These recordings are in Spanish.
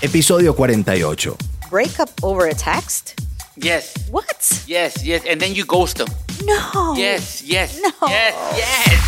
Episodio 48. Breakup over a text? Yes. What? Yes, yes. And then you ghost them. No. Yes, yes. Oh, No. Yes, yes.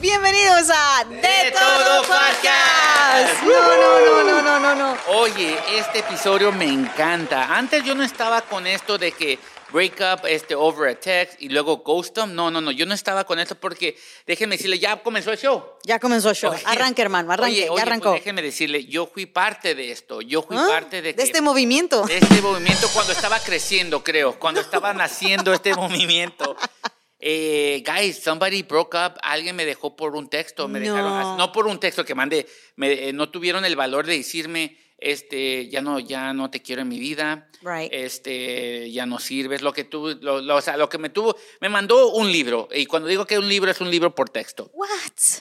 Bienvenidos a De, Todo Podcast. No, no, no, no, no, no, no. Oye, este episodio me encanta. Antes yo no estaba con esto de que break up, este, over a text y luego ghost them. No, no, no. Yo no estaba con esto porque, déjenme decirle, ya comenzó el show. Ya comenzó el show. Oye, Arranque, hermano, arranque. oye, ya oye, pues arrancó. déjeme decirle, yo fui parte de esto. Yo fui ¿Ah? parte de, que- este movimiento. de este movimiento cuando estaba creciendo, creo. Cuando estaba naciendo este movimiento. Eh, guys, somebody broke up. Alguien me dejó por un texto. Me dejaron No. así. No por un texto que mandé. Me- eh, no tuvieron el valor de decirme, este, ya no, ya no te quiero en mi vida. Right. Este, ya no sirves. Lo que tú, lo, lo- o sea, lo que me tuvo, me mandó un libro. Y cuando digo que un libro es un libro por texto What?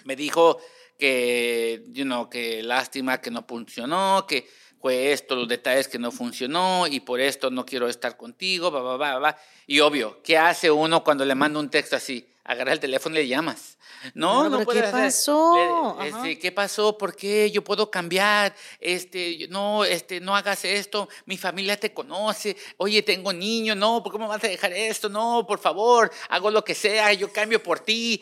me dijo que, you know, que lástima que no funcionó, que fue esto, los detalles que no funcionó y por esto no quiero estar contigo, va, va, va, va. Y obvio, ¿qué hace uno cuando le manda un texto así? Agarra el teléfono y le llamas. No, Claro, no pero puedes ¿qué hacer- pasó? le- Ajá. este, ¿Qué pasó? ¿Por qué? Yo puedo cambiar. Este, yo- no, este, no hagas esto. Mi familia te conoce. Oye, tengo niño. No, ¿por qué me vas a dejar esto? No, por favor, hago lo que sea. Yo cambio por ti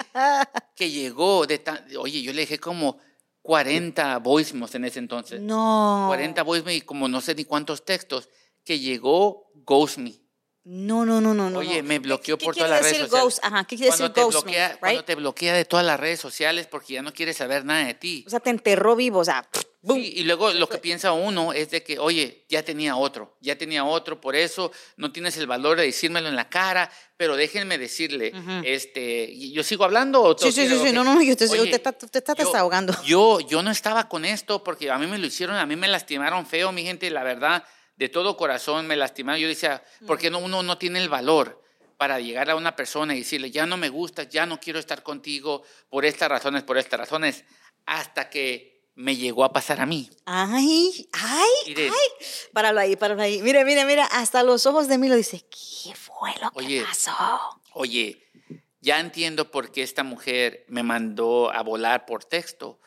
que llegó de tan- oye, yo le dejé como 40 voicemos en ese entonces. No. 40 voicemos y como no sé ni cuántos textos que llegó Ghost Me. No, no, no, no, no. Oye, no. me bloqueó ¿Qué por quiere todas las redes decir sociales. ghost? Ajá, ¿qué quiere Cuando decir te ghost me, bloquea, right? Cuando te bloquea de todas las redes sociales porque ya no quiere saber nada de ti. O sea, te enterró vivo, o sea, Pues, boom. Sí, y luego lo que piensa uno es de que, oye, ya tenía otro, ya tenía otro, por eso no tienes el valor de decírmelo en la cara, pero déjenme decirle, Ujú. este, ¿y- ¿yo sigo hablando o Sí, todo sí, quiere- sí, sí, ok? no, no, yo te- Oye, usted está- usted está yo- desahogando. Yo, yo no estaba con esto porque a mí me lo hicieron, a mí me lastimaron feo, mi gente, la verdad, de todo corazón me lastimaron. Yo decía, Mm. ¿por qué no, uno no tiene el valor? para llegar a una persona y decirle, ya no me gustas, ya no quiero estar contigo, por estas razones, por estas razones, hasta que me llegó a pasar a mí. Ay, ay, Mire. ay. Páralo ahí, páralo ahí. Mire, mire, mira, hasta los ojos de mí lo dice. ¿Qué fue lo Oye. que pasó? oye, ya entiendo por qué esta mujer me mandó a volar por texto,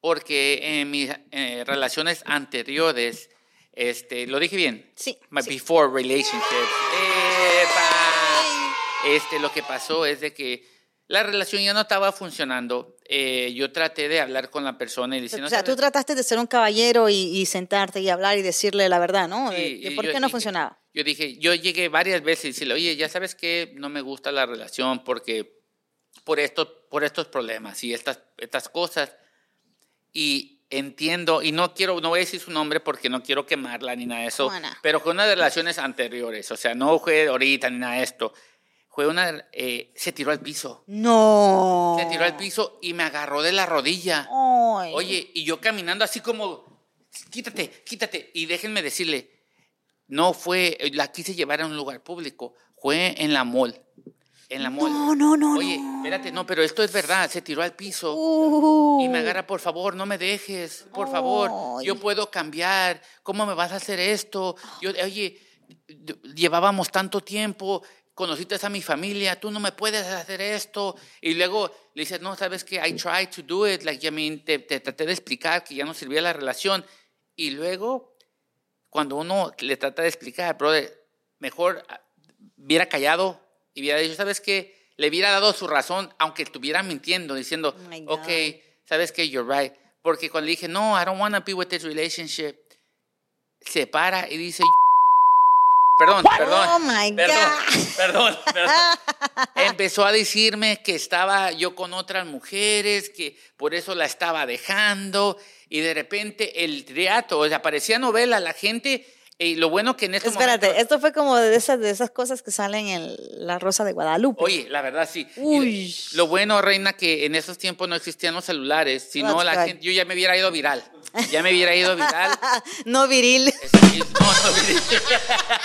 porque en mis eh, relaciones anteriores, este, lo dije bien, Sí, My sí. before relationships, ¡Epa! este, lo que pasó es de que la relación ya no estaba funcionando. Eh, yo traté de hablar con la persona y decir, o sea, tú trataste de ser un caballero y, y sentarte y hablar y decirle la verdad, ¿no? Eh, Sí, De- de y ¿Por yo qué no dije- funcionaba? Yo dije, yo llegué varias veces y decirle, oye, ya sabes que no me gusta la relación porque por, esto, por estos problemas y estas, estas cosas. Y entiendo, y no quiero, no voy a decir su nombre porque no quiero quemarla ni nada de eso, Bueno. pero fue una de relaciones anteriores, o sea, no fue ahorita ni nada de esto. Fue una, eh, se tiró al piso. No. Se tiró al piso y me agarró de la rodilla. Ay. Oye, y yo caminando así como, quítate, quítate. Y déjenme decirle, no fue, la quise llevar a un lugar público, fue en la mall. En la mall. No, no, no, Oye, no. espérate, no, pero esto es verdad, se tiró al piso. Uh. Y me agarra, por favor, no me dejes, por favor, Ay. yo puedo cambiar, ¿cómo me vas a hacer esto? Yo, oye, d- llevábamos tanto tiempo, conociste a mi familia, tú no me puedes hacer esto. Y luego le dices, no, sabes que I tried to do it, like, I mean, te, te traté de explicar que ya no servía la relación. Y luego, cuando uno le trata de explicar, brother, mejor ah, hubiera callado y hubiera dicho, ¿sabes qué? Le hubiera dado su razón, aunque estuviera mintiendo, diciendo, Oh my God. ok, ¿sabes qué? You're right. Porque cuando le dije, no, I don't want to be with this relationship, se para y dice, perdón, perdón, Oh my perdón, God. perdón, perdón. Empezó a decirme que estaba yo con otras mujeres, que por eso la estaba dejando, y de repente el triato, o sea, parecía novela, la gente, y lo bueno que en este estos Espérate, momentos- esto fue como de esas, de esas cosas que salen en La Rosa de Guadalupe. Oye, la verdad sí. Y Uy. Lo bueno, Reina, que en esos tiempos no existían los celulares, sino That's la right. gente, yo ya me hubiera ido viral. Ya me hubiera ido viral. Ah, no viril. Es- es- no, no,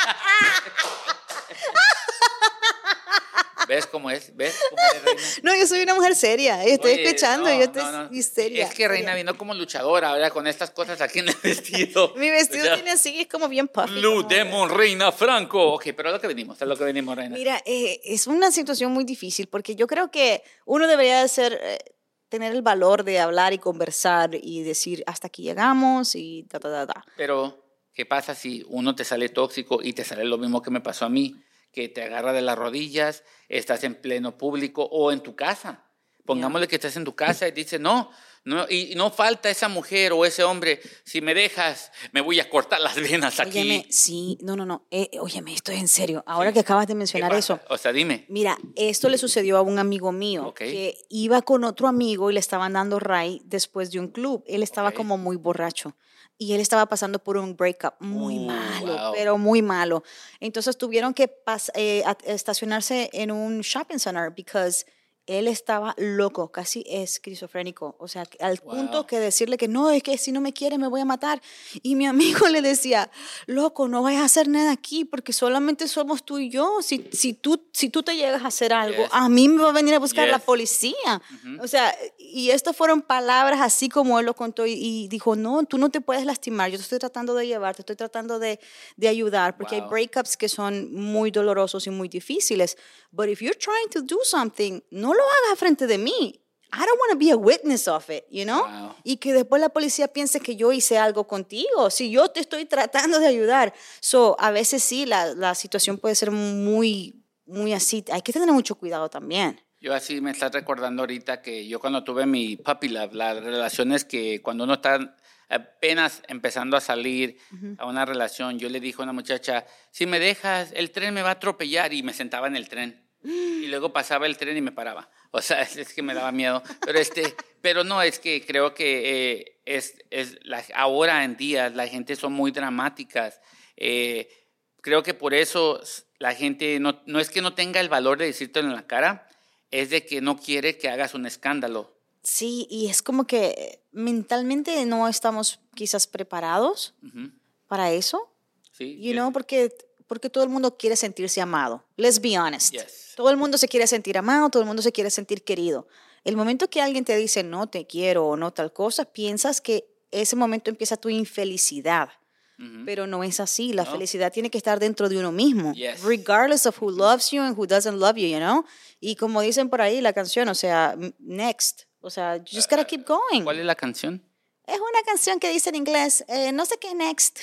¿Ves cómo es? ¿Ves cómo es, Reina? No, yo soy una mujer seria. Yo estoy Oye, escuchando, no, yo estoy no, no. y seria. Es que Reina seria. vino como luchadora ahora con estas cosas aquí en el vestido. Mi vestido O sea, tiene así, es como bien puffy. Blue como- Demon, Reina Franco. Ok, pero es lo que venimos, es lo que venimos, Reina. Mira, eh, es una situación muy difícil porque yo creo que uno debería de ser eh, tener el valor de hablar y conversar y decir hasta aquí llegamos y ta, ta, ta, ta. Pero, ¿qué pasa si uno te sale tóxico y te sale lo mismo que me pasó a mí? Que te agarra de las rodillas, estás en pleno público o en tu casa. Pongámosle que estás en tu casa y dices, no, no, y no falta esa mujer o ese hombre, si me dejas, me voy a cortar las venas aquí. Óyeme, sí, no, no, no. eh, óyeme, esto es en serio. Ahora Sí. que acabas de ¿Qué mencionar pasa? eso. O sea, dime. Mira, esto le sucedió a un amigo mío Ok. que iba con otro amigo y le estaban dando ray después de un club. Él estaba Ok. como muy borracho y él estaba pasando por un breakup muy Uh, malo, wow. pero muy malo. Entonces tuvieron que pas- eh, a- estacionarse en un shopping center because él estaba loco, casi esquizofrénico, o sea, al punto Wow. que decirle que no, es que si no me quiere me voy a matar. Y mi amigo le decía, loco, no vayas a hacer nada aquí porque solamente somos tú y yo. Si, si, tú, si tú te llegas a hacer algo, Yes. a mí me va a venir a buscar la Yes. policía. Ujú. O sea, y estas fueron palabras así como él lo contó y, y dijo, no, tú no te puedes lastimar, yo te estoy tratando de llevar, te estoy tratando de, de ayudar porque hay Wow. breakups que son muy dolorosos y muy difíciles. But if you're trying to do something, no lo hagas frente de mí. I don't want to be a witness of it, you know? Wow. Y que después la policía piense que yo hice algo contigo, si yo te estoy tratando de ayudar. So, a veces sí, la, la situación puede ser muy, muy así. Hay que tener mucho cuidado también. Yo así me estás recordando ahorita que yo cuando tuve mi puppy love, las relaciones que cuando uno está apenas empezando a salir a una relación, yo le dije a una muchacha, si me dejas, el tren me va a atropellar y me sentaba en el tren. Y luego pasaba el tren y me paraba. O sea, es que me daba miedo. Pero, este, pero no, es que creo que eh, es, es la- ahora en día la gente son muy dramáticas. Eh, creo que por eso s- la gente no, no es que no tenga el valor de decirte en la cara, es de que no quiere que hagas un escándalo. Sí, y es como que eh, mentalmente no estamos quizás preparados Ujú, para eso, Sí. you es- know, porque, porque todo el mundo quiere sentirse amado. Let's be honest. Yes. Todo el mundo se quiere sentir amado, todo el mundo se quiere sentir querido. El momento que alguien te dice no te quiero o no tal cosa, piensas que ese momento empieza tu infelicidad. ujú. Pero no es así. La No. felicidad tiene que estar dentro de uno mismo. Yes. Regardless of who loves you and who doesn't love you, you know? Y como dicen por ahí la canción, o sea, m- next. O sea, you just gotta keep going. ¿Cuál es la canción? Es una canción que dice en inglés, eh, no sé qué next,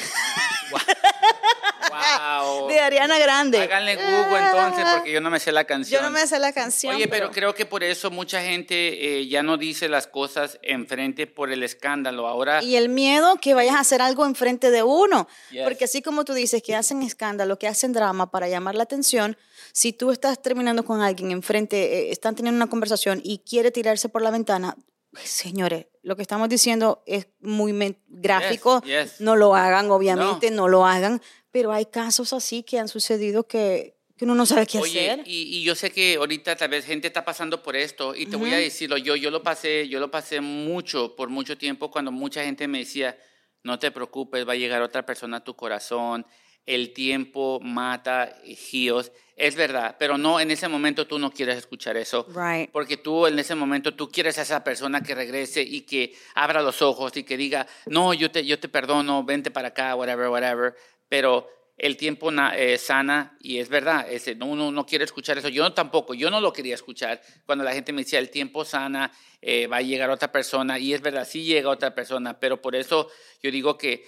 wow. de Ariana Grande. Oh. Háganle Google entonces porque yo no me sé la Yo canción. no me sé la canción. Oye, pero creo que por eso mucha gente eh, ya no dice las cosas enfrente por el escándalo. Ahora, Y el miedo que vayas a hacer algo enfrente de uno. Yes. Porque así como tú dices que hacen escándalo, que hacen drama para llamar la atención, si tú estás terminando con alguien enfrente, eh, están teniendo una conversación y quiere tirarse por la ventana, señores, lo que estamos diciendo es muy men- gráfico. yes. No lo hagan, obviamente, no. lo hagan. Pero hay casos así que han sucedido que, que uno no sabe qué Oye, hacer. y, y yo sé que ahorita tal vez gente está pasando por esto y te voy a decirlo, yo, yo lo pasé, yo lo pasé mucho, por mucho tiempo, cuando mucha gente me decía, no te preocupes, va a llegar otra persona a tu corazón, el tiempo mata, gíos, es verdad, pero no, en ese momento tú no quieres escuchar eso. Right. Porque tú en ese momento, tú quieres a esa persona que regrese y que abra los ojos y que diga, no, yo te, yo te perdono, vente para acá, whatever, whatever. Pero el tiempo na- eh, sana y es verdad, ese, no, uno no quiere escuchar eso. Yo tampoco, yo no lo quería escuchar cuando la gente me decía, el tiempo sana, eh, va a llegar otra persona. Y es verdad, sí llega otra persona, pero por eso yo digo que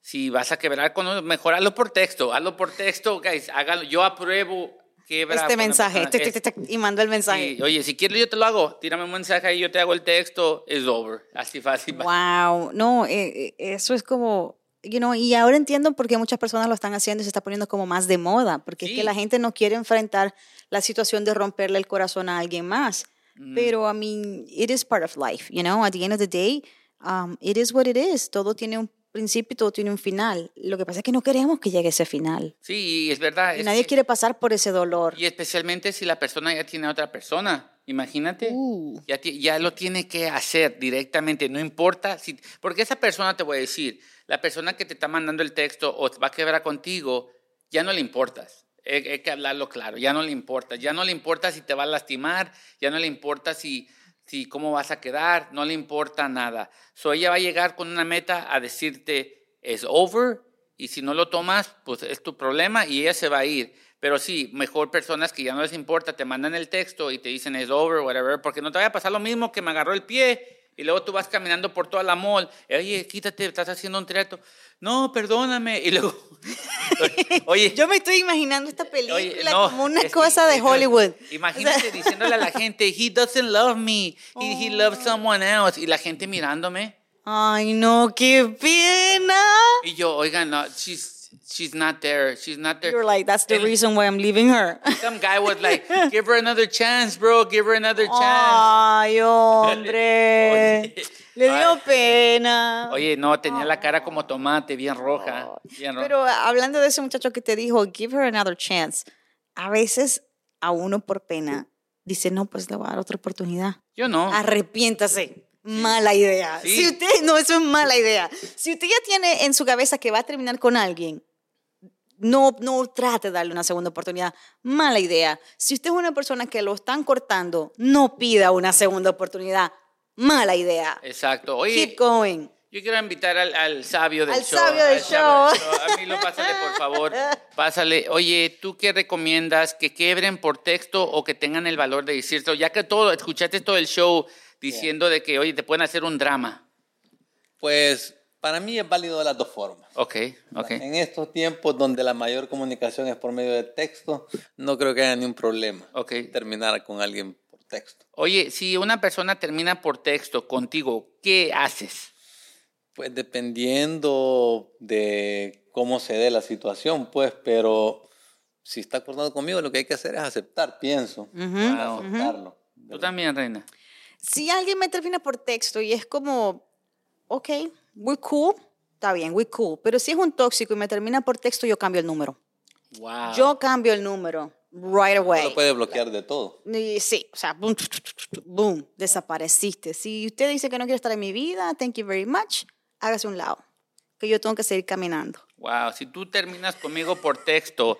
si vas a quebrar con uno, mejor hazlo por texto, hazlo por texto, guys, hágalo. Yo apruebo quebrar Este con la mensaje, persona. tic, Es- tic, tic, tic, y mando el mensaje. Sí, oye, si quieres yo te lo hago. Tírame un mensaje ahí, yo te hago el texto. It's over. Así fácil. Wow, no, eh, eh, eso es como, you know, y ahora entiendo por qué muchas personas lo están haciendo y se está poniendo como más de moda, porque es que Sí. la gente no quiere enfrentar la situación de romperle el corazón a alguien más. Mm. Pero, I mean, it is part of life, you know, at the end of the day, um, it is what it is. Todo tiene un principio y todo tiene un final. Lo que pasa es que no queremos que llegue ese final. Sí, y es verdad. Y Ah, es nadie que- quiere pasar por ese dolor. Y especialmente si la persona ya tiene a otra persona. Imagínate. Uh. Ya, ti- ya lo tiene que hacer directamente, no importa si... Porque esa persona, te voy a decir, la persona que te está mandando el texto o va a quebrar contigo, ya no le importas. Hay, hay que hablarlo claro, ya no le importa. Ya no le importa si te va a lastimar, ya no le importa si, si cómo vas a quedar, no le importa nada. So ella va a llegar con una meta a decirte, es over y si no lo tomas, pues es tu problema y ella se va a ir. Pero sí, mejor personas que ya no les importa, te mandan el texto y te dicen es over, whatever, porque no te vaya a pasar lo mismo que me agarró el pie y luego tú vas caminando por toda la mall, oye, quítate, estás haciendo un trato. No, perdóname. Y luego, oye, Yo me estoy imaginando esta película Oye, no, como una es que- cosa de Hollywood. Imagínate O sea- Oh. diciéndole a la gente, he doesn't love me, he, he loves someone else. Y la gente mirándome. Ay, no, qué pena. Y yo, oigan, no, she's, she's not there, she's not there. You're like, that's the El- reason why I'm leaving her. Some guy was like, give her another chance, bro, give her another chance. Ay, hombre. Oye. Le dio Ay. pena. Oye, no, tenía la cara como tomate, bien roja. bien roja. Pero ah, hablando de ese muchacho que te dijo, give her another chance. A veces a uno por pena dice, no, pues le voy a dar otra oportunidad. yo no. Arrepiéntase. Mala idea. Oh. Sí. Si usted, no, eso es mala idea. Si usted ya tiene en su cabeza que va a terminar con alguien, no, no trate de darle una segunda oportunidad. Mala idea. Si usted es una persona que lo están cortando, no pida una segunda oportunidad. Mala idea. Exacto. Eh, Oye, Keep going. yo quiero invitar al, al sabio del Al show. sabio del show. A mí lo pásale, por favor. Pásale. Oye, ¿tú qué recomiendas? ¿Que quebren por texto o que tengan el valor de decirlo? Ya que todo, escuchaste todo el show diciendo de que, oye, te pueden hacer un drama. Pues para mí es válido de las dos formas. Ok, ok. En estos tiempos donde la mayor comunicación es por medio de texto, no creo que haya ningún problema Ok. terminar con alguien por texto. Oye, si una persona termina por texto contigo, ¿qué haces? Pues dependiendo de cómo se dé la situación, pues, pero si está acordado conmigo, lo que hay que hacer es aceptar, pienso. Ujú. Wow. Aceptarlo. Tú también, Reina. Si alguien me termina por texto y es como, ok, we're cool, está bien, we're cool. Pero si es un tóxico y me termina por texto, yo cambio el número. Wow. Yo cambio el número right Uno away. lo puede bloquear de todo. Y sí, o sea, boom, tu, tu, tu, tu, tu, boom, desapareciste. Si usted dice que no quiere estar en mi vida, thank you very much, hágase a un lado, que yo tengo que seguir caminando. Wow, si tú terminas conmigo por texto,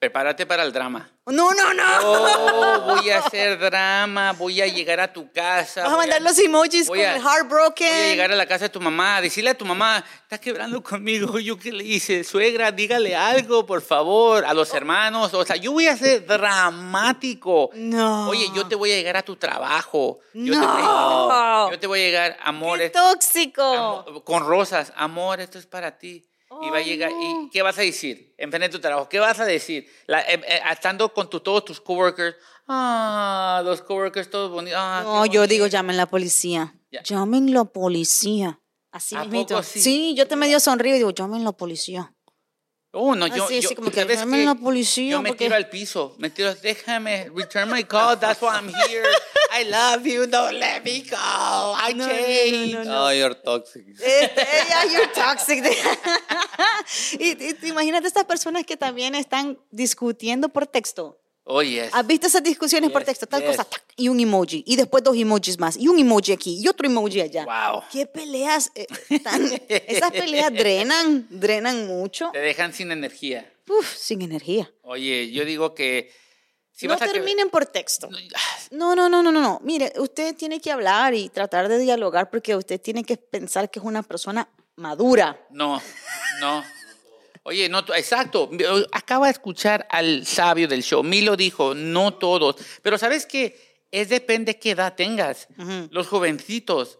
prepárate para el drama. No, no, no. Oh, voy a hacer drama, voy a llegar a tu casa. Vas a voy mandar los emojis con voy a- el Voy a llegar heartbroken. a la casa de tu mamá, a decirle a tu mamá, estás quebrando conmigo, yo qué le hice, suegra, dígale algo, por favor, a los hermanos, o sea, yo voy a ser dramático. No. Oye, yo te voy a llegar a tu trabajo. Yo Te voy a, No. yo te voy a llegar, amor, ¡Qué esto- tóxico! amor, con rosas, amor, esto es para ti. y va a Ay, llegar, no. ¿y qué vas a decir? Enfrente de tu trabajo, ¿qué vas a decir? La- eh, eh, estando con tu- todos tus coworkers, ah, los coworkers todos bonitos. ah, No, qué yo digo bonito". llamen la policía. Ya. Llamen la policía. Así ¿A mismito. poco sí? Sí? yo te medio sonrío y digo, llamen la policía. Oh, no, yo, Así, yo así como que, ¿sabes "Llamen qué? a la policía, Yo me porque-" tiro al piso, me tiro, déjame, return my call, that's why I'm here. I love you, don't let me go, I No, no, no, change. no, No, you're toxic. Este, ella, you're toxic. y, y te- imagínate estas personas que también están discutiendo por texto. Oh, yes. ¿Has visto esas discusiones por Yes, texto? Tal yes. cosa, tac, y un emoji, y después dos emojis más, y un emoji aquí, y otro emoji allá. Wow. ¿Qué peleas? eh, tan- esas peleas drenan, drenan mucho. Te dejan sin energía. Uf, sin energía. Oye, yo digo que... Si no vas a que- terminen por texto. No, no, no, no, no, no. Mire, usted tiene que hablar y tratar de dialogar porque usted tiene que pensar que es una persona madura. No, no. Oye, no, to- exacto. Acaba de escuchar al sabio del show. Milo dijo, no todos. Pero ¿sabes qué? Es depende qué edad tengas. Ujú. Los jovencitos.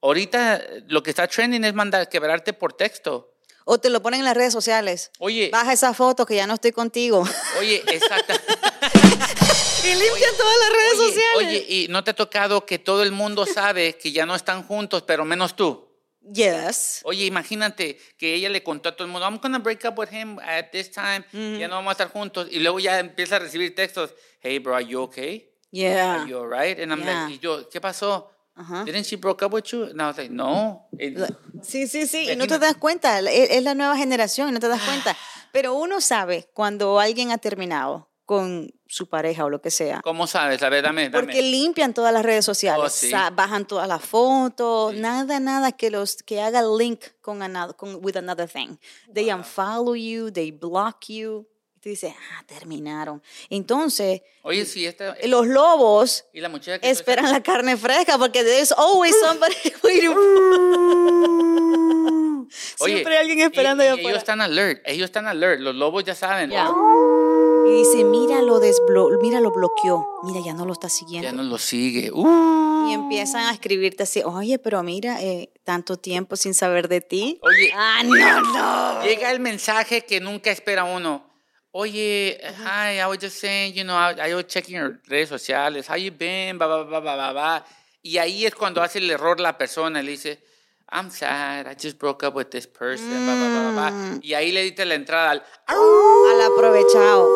Ahorita eh, lo que está trending es mandar quebrarte por texto. O te lo ponen en las redes sociales. Oye, Baja esa foto que ya no estoy contigo. oye, exacta. y limpian todas las redes Oye, sociales. oye, y no te ha tocado que todo el mundo sabe que ya no están juntos, pero menos tú. Yes. Oye, imagínate que ella le contó a todo el mundo, I'm gonna break up with him at this time, ya no vamos a estar juntos. Y luego ya empieza a recibir textos, hey bro, are you okay? Yeah. Are you alright? And I'm Yeah. like, y yo, ¿qué pasó? Ajá. Didn't she broke up with you? And I was like, no. eh, It- La- Sí, sí, sí, y no Imagina- Ah. te das cuenta, e, es, es la nueva generación, y no te das cuenta. Pero uno sabe cuando alguien ha terminado con su pareja o lo que sea. ¿Cómo sabes? A ver, dame, dame. Porque limpian todas las redes sociales, Oh, sí. sa- bajan todas las fotos, Sí. nada, nada que los que haga link con another, con with another thing. They unfollow you, they block you. Y te dice, ah, terminaron. Entonces, Oye, sí, esta... los lobos Y la muchacha que... tú estás- esperan la carne fresca porque there's always somebody waiting for- Oye, Siempre alguien esperando Y- y allá ellos afuera. están alert, ellos están alert, los lobos ya saben. Ya. "Oh, Y dice, mira, lo, desblo mira, lo bloqueó. Mira, ya no lo está ya siguiendo. no los sigue. Uh. Y empiezan a escribirte así, oye, pero mira, eh, tanto tiempo sin saber de ti. Oye, Ah, no, no. Llega el mensaje que nunca espera uno. Oye, hi, I was just saying, you know, I, I was checking your redes sociales. How you been? Ba, ba, ba, ba, ba, ba. Y ahí es cuando hace el error la persona. Le dice, I'm sad. I just broke up with this person. ba, ba, ba, ba, ba. Mm. Y ahí le diste la entrada al... Al aprovechado.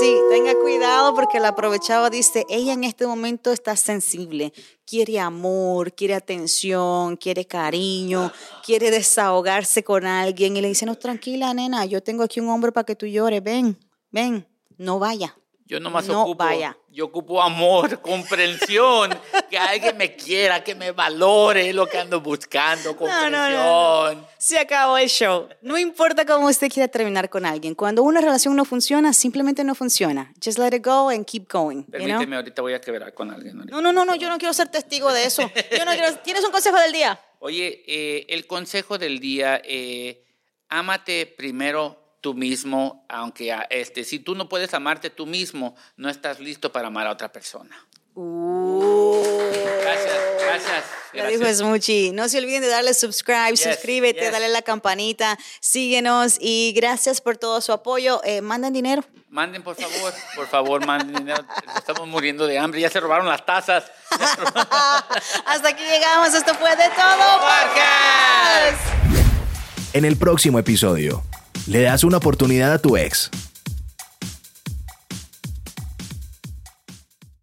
Sí, tenga cuidado porque el aprovechado dice, ella en este momento está sensible, quiere amor, quiere atención, quiere cariño, quiere desahogarse con alguien y le dice, no, tranquila, nena, yo tengo aquí un hombre para que tú llores, ven, ven, no vaya. Yo nomás No, ocupo... vaya. Yo ocupo amor, comprensión. que alguien me quiera, que me valore lo que ando buscando, No, no, comprensión. no, no. Se acabó el show. No importa cómo usted quiera terminar con alguien, cuando una relación no funciona, simplemente no funciona. Just let it go and keep going. you know? Permíteme, ahorita voy a quebrar con alguien. ahorita. No, no, no, no, yo no quiero ser testigo de eso. Yo no quiero- ¿Tienes un consejo del día? Oye, eh, el consejo del día, eh, ámate primero tú mismo, aunque ah, este, si tú no puedes amarte tú mismo, no estás listo para amar a otra persona. Gracias, gracias. La Uh. dijo gracias. Smuchi. No se olviden de darle subscribe, Yes, suscríbete, yes. dale la campanita, síguenos y gracias por todo su apoyo. Eh, mandan dinero. Manden, por favor, por favor, manden dinero. Estamos muriendo de hambre, ya se robaron las tazas. Hasta aquí llegamos. Esto fue de todo. Podcast. Podcast. En el próximo episodio, le das una oportunidad a tu ex